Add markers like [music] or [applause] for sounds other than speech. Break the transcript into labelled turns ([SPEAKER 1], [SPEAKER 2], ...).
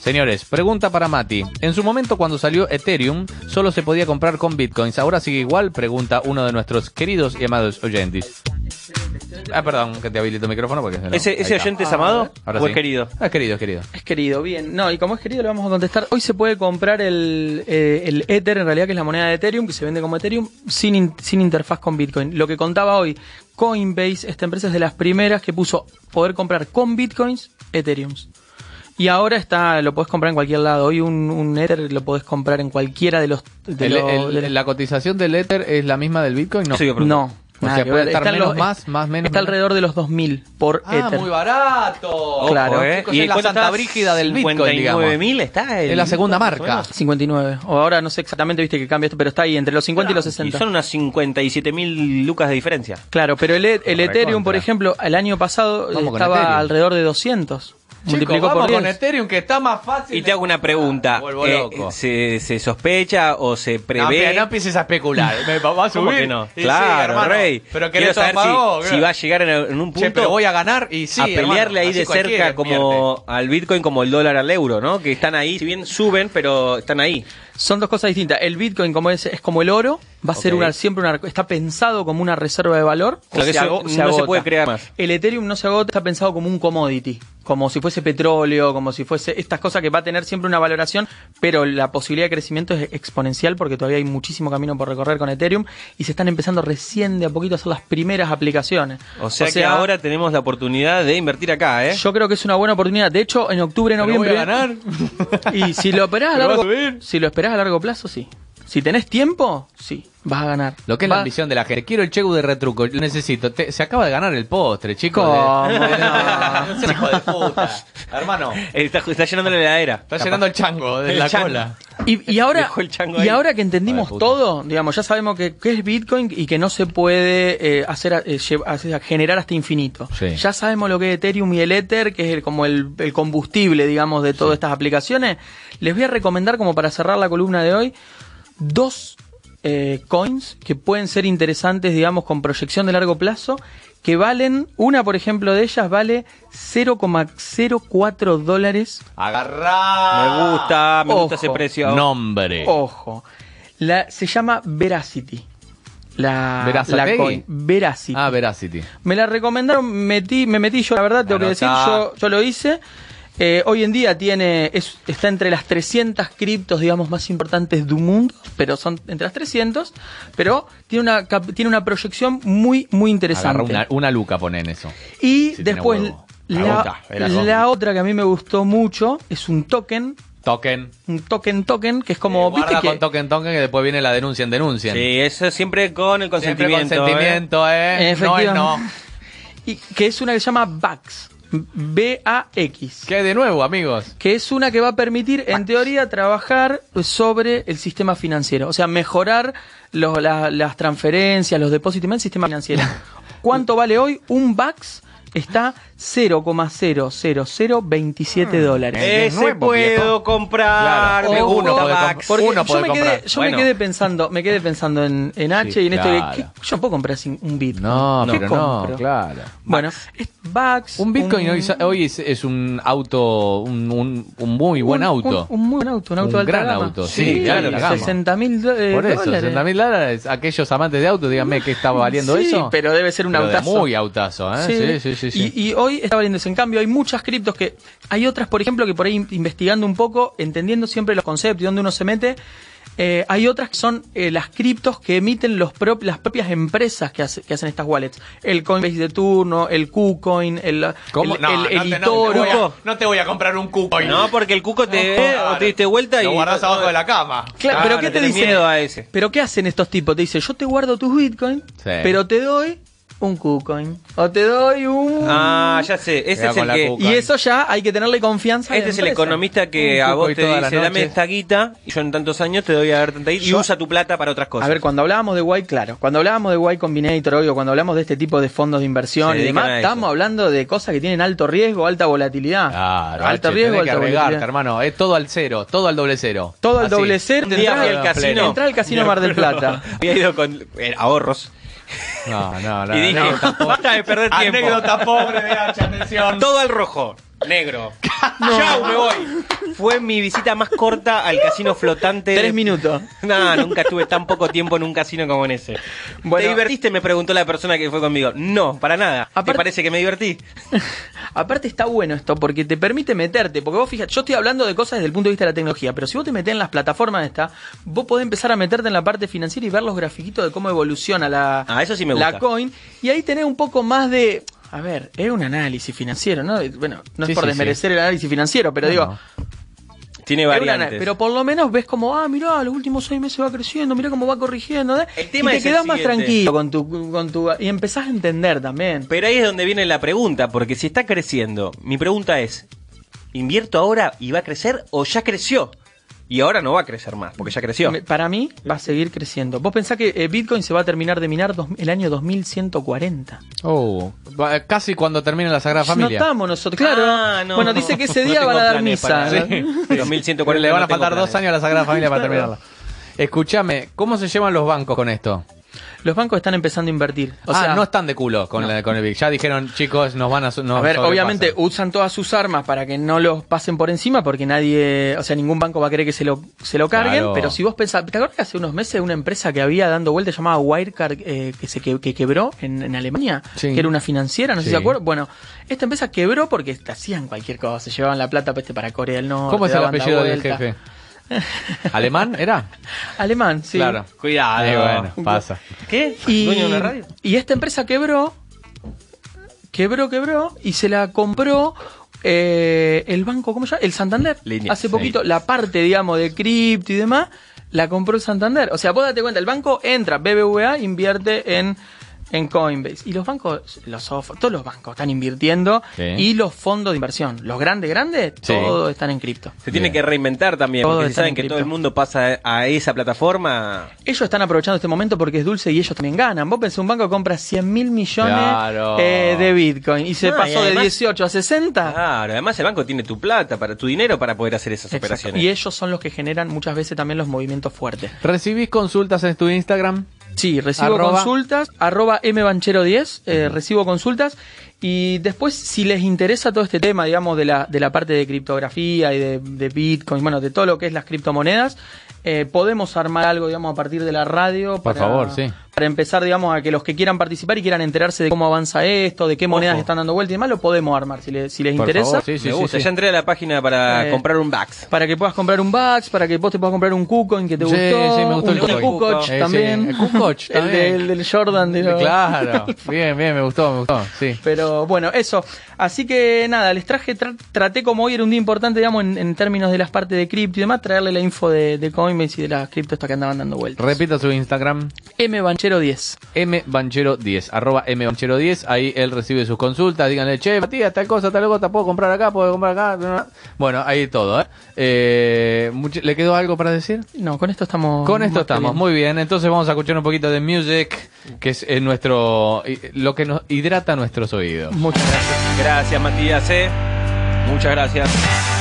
[SPEAKER 1] Señores, pregunta para Mati. En su momento cuando salió Ethereum, solo se podía comprar con bitcoins. Ahora sigue igual, pregunta uno de nuestros queridos y amados oyentes. Ah, perdón, que te habilito el micrófono porque... no, ahí
[SPEAKER 2] ¿Ese, ese
[SPEAKER 1] está.
[SPEAKER 2] oyente es amado
[SPEAKER 1] Ahora
[SPEAKER 2] o
[SPEAKER 1] sí.
[SPEAKER 2] es querido?
[SPEAKER 1] Ah, es querido, es querido.
[SPEAKER 3] Es querido, bien. No, y como es querido, le vamos a contestar. Hoy se puede comprar el, eh, el Ether, en realidad, que es la moneda de Ethereum, que se vende como Ethereum, sin, in- sin interfaz con Bitcoin. Lo que contaba hoy, Coinbase, esta empresa es de las primeras que puso poder comprar con Bitcoins Ethereums. Y ahora está, lo podés comprar en cualquier lado. Hoy un, un Ether lo podés comprar en cualquiera de los. de
[SPEAKER 1] El-
[SPEAKER 3] lo-
[SPEAKER 1] el-
[SPEAKER 3] de los-
[SPEAKER 1] ¿La cotización del Ether es la misma del Bitcoin? No.
[SPEAKER 2] Sí, pero-
[SPEAKER 3] no.
[SPEAKER 1] O
[SPEAKER 3] nada
[SPEAKER 1] sea,
[SPEAKER 3] que
[SPEAKER 1] puede
[SPEAKER 3] ver.
[SPEAKER 1] estar
[SPEAKER 3] Está en
[SPEAKER 1] menos,
[SPEAKER 3] los-
[SPEAKER 1] más, más, menos.
[SPEAKER 3] Está
[SPEAKER 1] menos.
[SPEAKER 3] alrededor de los 2000 por
[SPEAKER 1] Ah,
[SPEAKER 3] Ether.
[SPEAKER 1] muy barato.
[SPEAKER 2] Ojo,
[SPEAKER 3] Claro.
[SPEAKER 2] ¿eh?
[SPEAKER 1] Chicos, es la
[SPEAKER 2] cuánto
[SPEAKER 1] Santa
[SPEAKER 2] está?
[SPEAKER 1] Brígida del Bitcoin,
[SPEAKER 2] 59.000 está. el
[SPEAKER 1] Es la segunda
[SPEAKER 2] Bitcoin, más o
[SPEAKER 1] marca.
[SPEAKER 2] menos.
[SPEAKER 3] 59. O ahora no sé exactamente, viste que cambia esto, pero está ahí entre los 50 y los 60.
[SPEAKER 2] Y son unas 57.000 lucas de diferencia.
[SPEAKER 3] Claro, pero el, e- el Ethereum, por
[SPEAKER 1] Recontra.
[SPEAKER 3] ejemplo, el año pasado
[SPEAKER 1] Vamos con Ethereum.
[SPEAKER 3] estaba alrededor de 200.
[SPEAKER 1] Chicos,
[SPEAKER 3] multiplicó
[SPEAKER 1] vamos
[SPEAKER 3] por 10.
[SPEAKER 1] con Ethereum que está más fácil.
[SPEAKER 2] Y te hago una pregunta.
[SPEAKER 1] Ah, Vuelvo
[SPEAKER 2] Eh,
[SPEAKER 1] loco.
[SPEAKER 2] ¿se, se sospecha o se
[SPEAKER 1] No,
[SPEAKER 2] prevé?
[SPEAKER 1] pero no empieces a
[SPEAKER 2] [laughs]
[SPEAKER 1] especular. Me va va a
[SPEAKER 2] ¿Cómo
[SPEAKER 1] subir.
[SPEAKER 2] que no?
[SPEAKER 1] Y sí,
[SPEAKER 2] claro,
[SPEAKER 1] hermano,
[SPEAKER 2] Rey.
[SPEAKER 1] Pero que
[SPEAKER 2] Quiero saber si, si va a llegar en, en un punto
[SPEAKER 1] pero voy a ganar y sí.
[SPEAKER 2] a pelearle
[SPEAKER 1] hermano,
[SPEAKER 2] ahí
[SPEAKER 1] así
[SPEAKER 2] de
[SPEAKER 1] cualquiera
[SPEAKER 2] cerca como al Bitcoin como el dólar al euro, ¿no? Que están ahí, si bien suben, pero están ahí.
[SPEAKER 3] Son dos cosas distintas. El Bitcoin, como es, es como el oro, va a ser
[SPEAKER 2] Ok.
[SPEAKER 3] una, siempre una, está pensado como una reserva de valor.
[SPEAKER 2] Claro que eso
[SPEAKER 3] ago-
[SPEAKER 2] no se
[SPEAKER 3] agota.
[SPEAKER 2] puede crear más.
[SPEAKER 3] El Ethereum no se agota, está pensado como un commodity, como si fuese petróleo, como si fuese estas cosas que va a tener siempre una valoración, pero la posibilidad de crecimiento es exponencial porque todavía hay muchísimo camino por recorrer con Ethereum y se están empezando recién de a poquito a hacer las primeras aplicaciones.
[SPEAKER 2] O sea, que ahora tenemos la oportunidad de invertir acá, ¿eh?
[SPEAKER 3] Yo creo que es una buena oportunidad. De hecho, en octubre,
[SPEAKER 1] Pero voy
[SPEAKER 3] noviembre.
[SPEAKER 1] a ganar.
[SPEAKER 3] Y si lo operás
[SPEAKER 1] [laughs]
[SPEAKER 3] a
[SPEAKER 1] Pero va a
[SPEAKER 3] largo
[SPEAKER 1] subir.
[SPEAKER 3] Si lo esperás a largo plazo, sí. Si tenés tiempo, sí, vas a ganar.
[SPEAKER 1] Lo que es la
[SPEAKER 3] Va-
[SPEAKER 1] ambición de la gente. Quiero el cheque de retruco. Lo necesito. Te- se acaba de ganar el postre, chicos. eh.
[SPEAKER 3] ¿Cómo
[SPEAKER 1] De-
[SPEAKER 3] [laughs] no?
[SPEAKER 1] Es un hijo de puta. Hermano,
[SPEAKER 2] Está, está llenando la heladera.
[SPEAKER 1] está llenando el chango de
[SPEAKER 2] El
[SPEAKER 1] la
[SPEAKER 2] chango.
[SPEAKER 1] cola.
[SPEAKER 3] Y,
[SPEAKER 2] [laughs]
[SPEAKER 3] y ahora,
[SPEAKER 2] Dejó el chango ahí.
[SPEAKER 3] y ahora que entendimos
[SPEAKER 1] Ay, puta.
[SPEAKER 3] todo, digamos, ya sabemos que, que es Bitcoin y que no se puede eh, hacer, a- eh, lle- hacer- generar hasta infinito.
[SPEAKER 1] Sí.
[SPEAKER 3] Ya sabemos lo que es Ethereum y el Ether, que es el- como el, el combustible, digamos, de todas estas aplicaciones. Les voy a recomendar, como para cerrar la columna de hoy, dos eh, coins que pueden ser interesantes, digamos, con proyección de largo plazo, que valen, una por ejemplo de ellas vale 0,04 dólares
[SPEAKER 1] Agarrá.
[SPEAKER 2] Me gusta, me gusta ese
[SPEAKER 3] Ojo.
[SPEAKER 2] precio.
[SPEAKER 1] Nombre.
[SPEAKER 3] Ojo. La, se llama Veracity. La,
[SPEAKER 1] ¿Verazategui?
[SPEAKER 3] la coin. Veracity.
[SPEAKER 1] Ah, Veracity.
[SPEAKER 3] Me la recomendaron, metí, me metí yo, la verdad, tengo que decir,
[SPEAKER 1] Anotá.
[SPEAKER 3] yo, yo lo hice. Eh, hoy en día tiene es- está entre las 300 criptos, digamos, más importantes del mundo, pero son entre las 300, pero tiene una, cap- tiene una proyección muy, muy interesante.
[SPEAKER 1] Agarrá una, una luca, ponen eso.
[SPEAKER 3] Y
[SPEAKER 1] Si tiene
[SPEAKER 3] después,
[SPEAKER 1] huevo.
[SPEAKER 3] la,
[SPEAKER 1] Aguanta, era
[SPEAKER 3] la otra que a mí me gustó mucho es un token,
[SPEAKER 1] Token.
[SPEAKER 3] un token token, que es como,
[SPEAKER 1] Eh, guarda
[SPEAKER 3] Oh, viste que...
[SPEAKER 1] con token token que después viene la denuncia en denuncia.
[SPEAKER 2] Sí, eso siempre con el
[SPEAKER 1] Siempre
[SPEAKER 2] consentimiento. ¿eh?
[SPEAKER 1] consentimiento, eh. No es no.
[SPEAKER 3] Efectivamente. [laughs] y que es una que se llama Vax, B-A-X,
[SPEAKER 1] ¿Qué hay de nuevo, amigos?
[SPEAKER 3] que es una que va a permitir, en teoría, trabajar sobre el sistema financiero, o sea, mejorar los- la- las transferencias, los depósitos y más el
[SPEAKER 1] [laughs]
[SPEAKER 3] sistema financiero. ¿Cuánto vale hoy? Un Vax está
[SPEAKER 1] Mm.
[SPEAKER 3] 0,00027 dólares.
[SPEAKER 1] Eh,
[SPEAKER 2] Ese puedo comprar.
[SPEAKER 1] Claro,
[SPEAKER 2] me
[SPEAKER 3] Ojo,
[SPEAKER 2] gusta,
[SPEAKER 1] uno puede
[SPEAKER 2] Max.
[SPEAKER 1] comprar.
[SPEAKER 3] Porque
[SPEAKER 1] Uno
[SPEAKER 3] yo,
[SPEAKER 1] puede
[SPEAKER 3] me quedé,
[SPEAKER 1] comprar.
[SPEAKER 3] yo
[SPEAKER 1] Bueno.
[SPEAKER 3] me quedé pensando, me quedé pensando en, en H
[SPEAKER 1] Sí,
[SPEAKER 3] y en esto de,
[SPEAKER 1] claro.
[SPEAKER 3] ¿qué- yo no puedo comprar sin un bit.
[SPEAKER 1] No, pero no,
[SPEAKER 3] compro?
[SPEAKER 1] claro.
[SPEAKER 3] Bueno, es Vax.
[SPEAKER 1] Un Bitcoin
[SPEAKER 3] un-
[SPEAKER 1] hoy, sa- hoy es, es un auto, un, un- un muy buen
[SPEAKER 3] un-
[SPEAKER 1] auto.
[SPEAKER 3] Un, un muy buen auto, un auto
[SPEAKER 1] Un
[SPEAKER 3] de alta
[SPEAKER 1] gran
[SPEAKER 3] gama.
[SPEAKER 1] auto, sí, claro, la gama.
[SPEAKER 3] 60 mil eh, dólares.
[SPEAKER 1] Por eso, 60 mil dólares. Aquellos amantes de autos, díganme qué estaba valiendo
[SPEAKER 3] Sí,
[SPEAKER 1] eso.
[SPEAKER 3] pero debe ser un
[SPEAKER 1] Pero de
[SPEAKER 3] autazo.
[SPEAKER 1] Muy autazo, ¿eh? Sí, sí, sí. sí.
[SPEAKER 3] Y, y hoy está valiéndose. En cambio, hay muchas criptos que. Hay otras, por ejemplo, que por ahí in- investigando un poco, entendiendo siempre los conceptos y dónde uno se mete. eh, hay otras que son eh, las criptos que emiten los prop- las propias empresas que, hace- que hacen estas wallets. El Coinbase de turno, el KuCoin, el,
[SPEAKER 1] ¿Cómo?
[SPEAKER 3] el,
[SPEAKER 1] No,
[SPEAKER 3] el-
[SPEAKER 1] no te-
[SPEAKER 3] el
[SPEAKER 1] no,
[SPEAKER 3] Itoro.
[SPEAKER 1] te voy a- no te voy a comprar un cupo.
[SPEAKER 2] No, porque el cuco te ve o te diste vuelta y.
[SPEAKER 1] Lo guardás abajo de la cama.
[SPEAKER 3] Claro,
[SPEAKER 2] Claro,
[SPEAKER 3] pero ¿qué te
[SPEAKER 2] Ah, tenés
[SPEAKER 3] dicen?
[SPEAKER 2] miedo a ese.
[SPEAKER 3] Pero ¿qué hacen estos tipos? Te dicen, yo te guardo tus bitcoins,
[SPEAKER 1] Sí.
[SPEAKER 3] pero te doy un KuCoin. O te doy un...
[SPEAKER 2] Ah, ya sé. Ese
[SPEAKER 1] Cuidado
[SPEAKER 2] es el
[SPEAKER 1] con la
[SPEAKER 2] que.
[SPEAKER 1] cuca.
[SPEAKER 3] y eso ya hay que tenerle confianza. a la
[SPEAKER 2] Este es el
[SPEAKER 3] empresa.
[SPEAKER 2] economista que
[SPEAKER 1] Un
[SPEAKER 2] a
[SPEAKER 1] cuco
[SPEAKER 2] vos
[SPEAKER 1] y
[SPEAKER 2] te
[SPEAKER 1] todas las
[SPEAKER 2] dice, dame
[SPEAKER 1] noches".
[SPEAKER 2] esta guita, y yo en tantos años te doy a dar tanta guita, y
[SPEAKER 3] Yo-
[SPEAKER 2] usa tu plata para otras cosas.
[SPEAKER 3] A ver, cuando hablábamos de Y, claro, cuando hablábamos de Y Combinator, obvio, cuando hablamos de este tipo de fondos de inversión
[SPEAKER 2] Se
[SPEAKER 3] y
[SPEAKER 2] dedican
[SPEAKER 3] demás,
[SPEAKER 2] a eso.
[SPEAKER 3] estamos hablando de cosas que tienen alto riesgo, alta volatilidad.
[SPEAKER 1] Claro,
[SPEAKER 3] alto
[SPEAKER 1] che,
[SPEAKER 3] riesgo,
[SPEAKER 1] tenés que
[SPEAKER 3] alta
[SPEAKER 1] arriesgarte,
[SPEAKER 3] volatilidad.
[SPEAKER 1] hermano. Es todo al cero, todo al doble cero.
[SPEAKER 3] Todo al
[SPEAKER 1] Así.
[SPEAKER 3] doble cero.
[SPEAKER 2] Un día
[SPEAKER 3] entrá
[SPEAKER 2] fui al casino.
[SPEAKER 3] entrá al casino Mar
[SPEAKER 2] [laughs]
[SPEAKER 3] del Plata.
[SPEAKER 2] Había ido con eh, ahorros.
[SPEAKER 1] No, no, no.
[SPEAKER 2] [laughs] y dije,
[SPEAKER 1] no, tampoco. [laughs]
[SPEAKER 2] basta de perder tiempo.
[SPEAKER 1] Anécdota pobre de H, atención.
[SPEAKER 2] Todo al rojo. Negro. Chau, me voy. Fue mi visita más corta al casino flotante.
[SPEAKER 3] Tres minutos.
[SPEAKER 2] No, nunca estuve tan poco tiempo en un casino como en ese.
[SPEAKER 3] Bueno.
[SPEAKER 2] ¿Te divertiste? Me preguntó la persona que fue conmigo. No, para nada. ¿Te
[SPEAKER 3] Aparte-
[SPEAKER 2] parece que me divertí?
[SPEAKER 3] Aparte está bueno esto porque te permite meterte, porque vos fíjate, yo estoy hablando de cosas desde el punto de vista de la tecnología, pero si vos te metés en las plataformas esta, vos podés empezar a meterte en la parte financiera y ver los grafiquitos de cómo evoluciona la,
[SPEAKER 2] Ah, eso sí me
[SPEAKER 3] la
[SPEAKER 2] gusta.
[SPEAKER 3] coin y ahí tenés un poco más de a ver, es un análisis financiero, ¿no? Bueno, no es
[SPEAKER 1] Sí,
[SPEAKER 3] por
[SPEAKER 1] sí,
[SPEAKER 3] desmerecer el análisis financiero, pero
[SPEAKER 1] No,
[SPEAKER 3] digo,
[SPEAKER 1] no.
[SPEAKER 2] Tiene
[SPEAKER 3] es un
[SPEAKER 2] variantes.
[SPEAKER 3] ana- pero por lo menos ves como, ah, mirá, los últimos seis meses va creciendo, mirá cómo va corrigiendo, ¿eh?
[SPEAKER 2] El tema
[SPEAKER 3] y te
[SPEAKER 2] es el
[SPEAKER 3] quedás más
[SPEAKER 2] siguiente.
[SPEAKER 3] tranquilo con tu, con tu... Y empezás a entender también.
[SPEAKER 2] Pero ahí es donde viene la pregunta, porque si está creciendo, mi pregunta es, ¿invierto ahora y va a crecer o ya creció? Y ahora no va a crecer más, porque ya creció.
[SPEAKER 3] Me- Para mí va a seguir creciendo. Vos pensás que eh, Bitcoin se va a terminar de minar dos- el año 2140.
[SPEAKER 1] Oh, va- casi cuando termine la Sagrada Familia.
[SPEAKER 3] No estamos nosotros, claro.
[SPEAKER 2] Ah, no,
[SPEAKER 3] bueno,
[SPEAKER 2] no.
[SPEAKER 3] dice que
[SPEAKER 2] [laughs]
[SPEAKER 3] ese
[SPEAKER 2] No
[SPEAKER 3] día
[SPEAKER 2] tengo
[SPEAKER 3] van a dar
[SPEAKER 2] planes
[SPEAKER 3] misa.
[SPEAKER 2] para- [laughs] sí. Pero
[SPEAKER 1] Pero
[SPEAKER 2] 1140
[SPEAKER 1] le van
[SPEAKER 2] no
[SPEAKER 1] a faltar
[SPEAKER 2] tengo
[SPEAKER 1] dos años
[SPEAKER 2] planes.
[SPEAKER 1] a la
[SPEAKER 3] [laughs]
[SPEAKER 1] Sagrada Familia para terminarla. Escúchame, ¿cómo se llevan los bancos con esto?
[SPEAKER 3] Los bancos están empezando a invertir. O
[SPEAKER 1] ah,
[SPEAKER 3] sea,
[SPEAKER 1] no están de culo con, la- con el BIC. Ya dijeron, chicos, nos van a... su- nos
[SPEAKER 3] a ver,
[SPEAKER 1] sobrepasan.
[SPEAKER 3] obviamente uh, usan todas sus armas para que no los pasen por encima porque nadie, o sea, ningún banco va a querer que se lo, se lo carguen.
[SPEAKER 1] Claro.
[SPEAKER 3] Pero si vos pensás, ¿te acuerdas que hace unos meses una empresa que había dando vuelta llamada Wirecard eh, que se que, que quebró en, en Alemania?
[SPEAKER 1] Sí.
[SPEAKER 3] Que era una financiera, no sé si
[SPEAKER 1] Sí.
[SPEAKER 3] se acuerdan. Bueno, esta empresa quebró porque te hacían cualquier cosa, se llevaban la plata peste, para Corea del Norte.
[SPEAKER 1] ¿Cómo es el
[SPEAKER 3] daban la
[SPEAKER 1] apellido del
[SPEAKER 3] vuelta.
[SPEAKER 1] jefe?
[SPEAKER 3] [laughs]
[SPEAKER 1] ¿Alemán era?
[SPEAKER 3] Alemán, sí. Ah,
[SPEAKER 1] Claro.
[SPEAKER 2] Cuidado.
[SPEAKER 1] Eh, bueno, pasa.
[SPEAKER 2] ¿Qué?
[SPEAKER 3] Y,
[SPEAKER 2] ¿Dueño de una radio?
[SPEAKER 3] y esta empresa quebró, quebró, quebró, y se la compró eh, el banco, ¿cómo se llama? El Santander.
[SPEAKER 2] Línea,
[SPEAKER 3] Hace
[SPEAKER 2] sí.
[SPEAKER 3] poquito, la parte, digamos, de cripto y demás, la compró el Santander. O sea, vos date cuenta, el banco entra, BBVA invierte en, en Coinbase. Y los bancos, los software, todos los bancos están invirtiendo,
[SPEAKER 1] Sí.
[SPEAKER 3] y los fondos de inversión, los grandes, grandes,
[SPEAKER 1] Sí.
[SPEAKER 3] todos están en cripto.
[SPEAKER 2] Se tiene
[SPEAKER 1] Bien.
[SPEAKER 2] que reinventar también,
[SPEAKER 3] Todo
[SPEAKER 2] porque si
[SPEAKER 3] está
[SPEAKER 2] saben
[SPEAKER 3] en
[SPEAKER 2] que
[SPEAKER 3] cripto.
[SPEAKER 2] todo el mundo pasa a esa plataforma,
[SPEAKER 3] Ellos están aprovechando este momento porque es dulce y ellos también ganan. Vos pensás, un banco compra 100 mil millones
[SPEAKER 1] Claro.
[SPEAKER 3] eh, de Bitcoin y se
[SPEAKER 2] No, y
[SPEAKER 3] pasó de
[SPEAKER 2] además-
[SPEAKER 3] 18 a 60.
[SPEAKER 2] claro, además el banco tiene tu plata, para tu dinero para poder hacer esas
[SPEAKER 3] Exacto.
[SPEAKER 2] operaciones.
[SPEAKER 3] Y ellos son los que generan muchas veces también los movimientos fuertes.
[SPEAKER 1] ¿Recibís consultas en tu Instagram?
[SPEAKER 3] Sí, recibo
[SPEAKER 1] Arroba-
[SPEAKER 3] consultas, arroba mbanchero10, eh, recibo consultas y después si les interesa todo este tema, digamos, de la, de la parte de criptografía y de, de Bitcoin, bueno, de todo lo que es las criptomonedas, eh, podemos armar algo, digamos, a partir de la radio
[SPEAKER 1] Por favor, sí.
[SPEAKER 3] para empezar, digamos, a que los que quieran participar y quieran enterarse de cómo avanza esto, de qué monedas
[SPEAKER 2] Ojo.
[SPEAKER 3] están dando vuelta y demás, lo podemos armar si, le- si les
[SPEAKER 1] Por
[SPEAKER 3] interesa.
[SPEAKER 1] favor, sí, sí,
[SPEAKER 2] Me
[SPEAKER 1] sí,
[SPEAKER 2] gusta,
[SPEAKER 1] sí.
[SPEAKER 2] ya entré a la página para
[SPEAKER 3] Eh,
[SPEAKER 2] comprar un Bax.
[SPEAKER 3] Para que puedas comprar un Bax, para que vos te puedas comprar un Kucoin que te
[SPEAKER 1] Sí,
[SPEAKER 3] gustó.
[SPEAKER 1] sí, me gustó
[SPEAKER 3] un
[SPEAKER 2] el Kucoin.
[SPEAKER 3] Kukoc
[SPEAKER 2] Eh, sí,
[SPEAKER 3] también.
[SPEAKER 1] el Kukoc
[SPEAKER 3] [laughs] el, de-
[SPEAKER 1] también.
[SPEAKER 3] el del Jordan. de los- [laughs]
[SPEAKER 1] Claro. Bien, bien, me gustó, me gustó. Sí.
[SPEAKER 3] Pero bueno, eso. Así que nada, les traje, tra- traté como hoy era un día importante, digamos, en, en términos de las partes de cripto y demás, traerle la info de, de Coinbase y de las criptos estas que andaban dando vueltas.
[SPEAKER 1] Repita su Instagram.
[SPEAKER 3] mbanchero10.
[SPEAKER 1] mbanchero10, arroba mbanchero10, ahí él recibe sus consultas, díganle, che, Matías, tal cosa, tal cosa, puedo comprar acá, puedo comprar acá. Bueno, ahí todo, ¿eh? Eh, much- ¿Le quedó algo para decir?
[SPEAKER 3] No, con esto estamos.
[SPEAKER 1] Con esto
[SPEAKER 3] más que
[SPEAKER 1] estamos,
[SPEAKER 3] bien.
[SPEAKER 1] muy bien, entonces vamos a escuchar un poquito de music, que es eh, nuestro, eh, lo que nos hidrata nuestros oídos.
[SPEAKER 3] Muchas gracias.
[SPEAKER 2] Gracias, Matías. eh. Muchas gracias.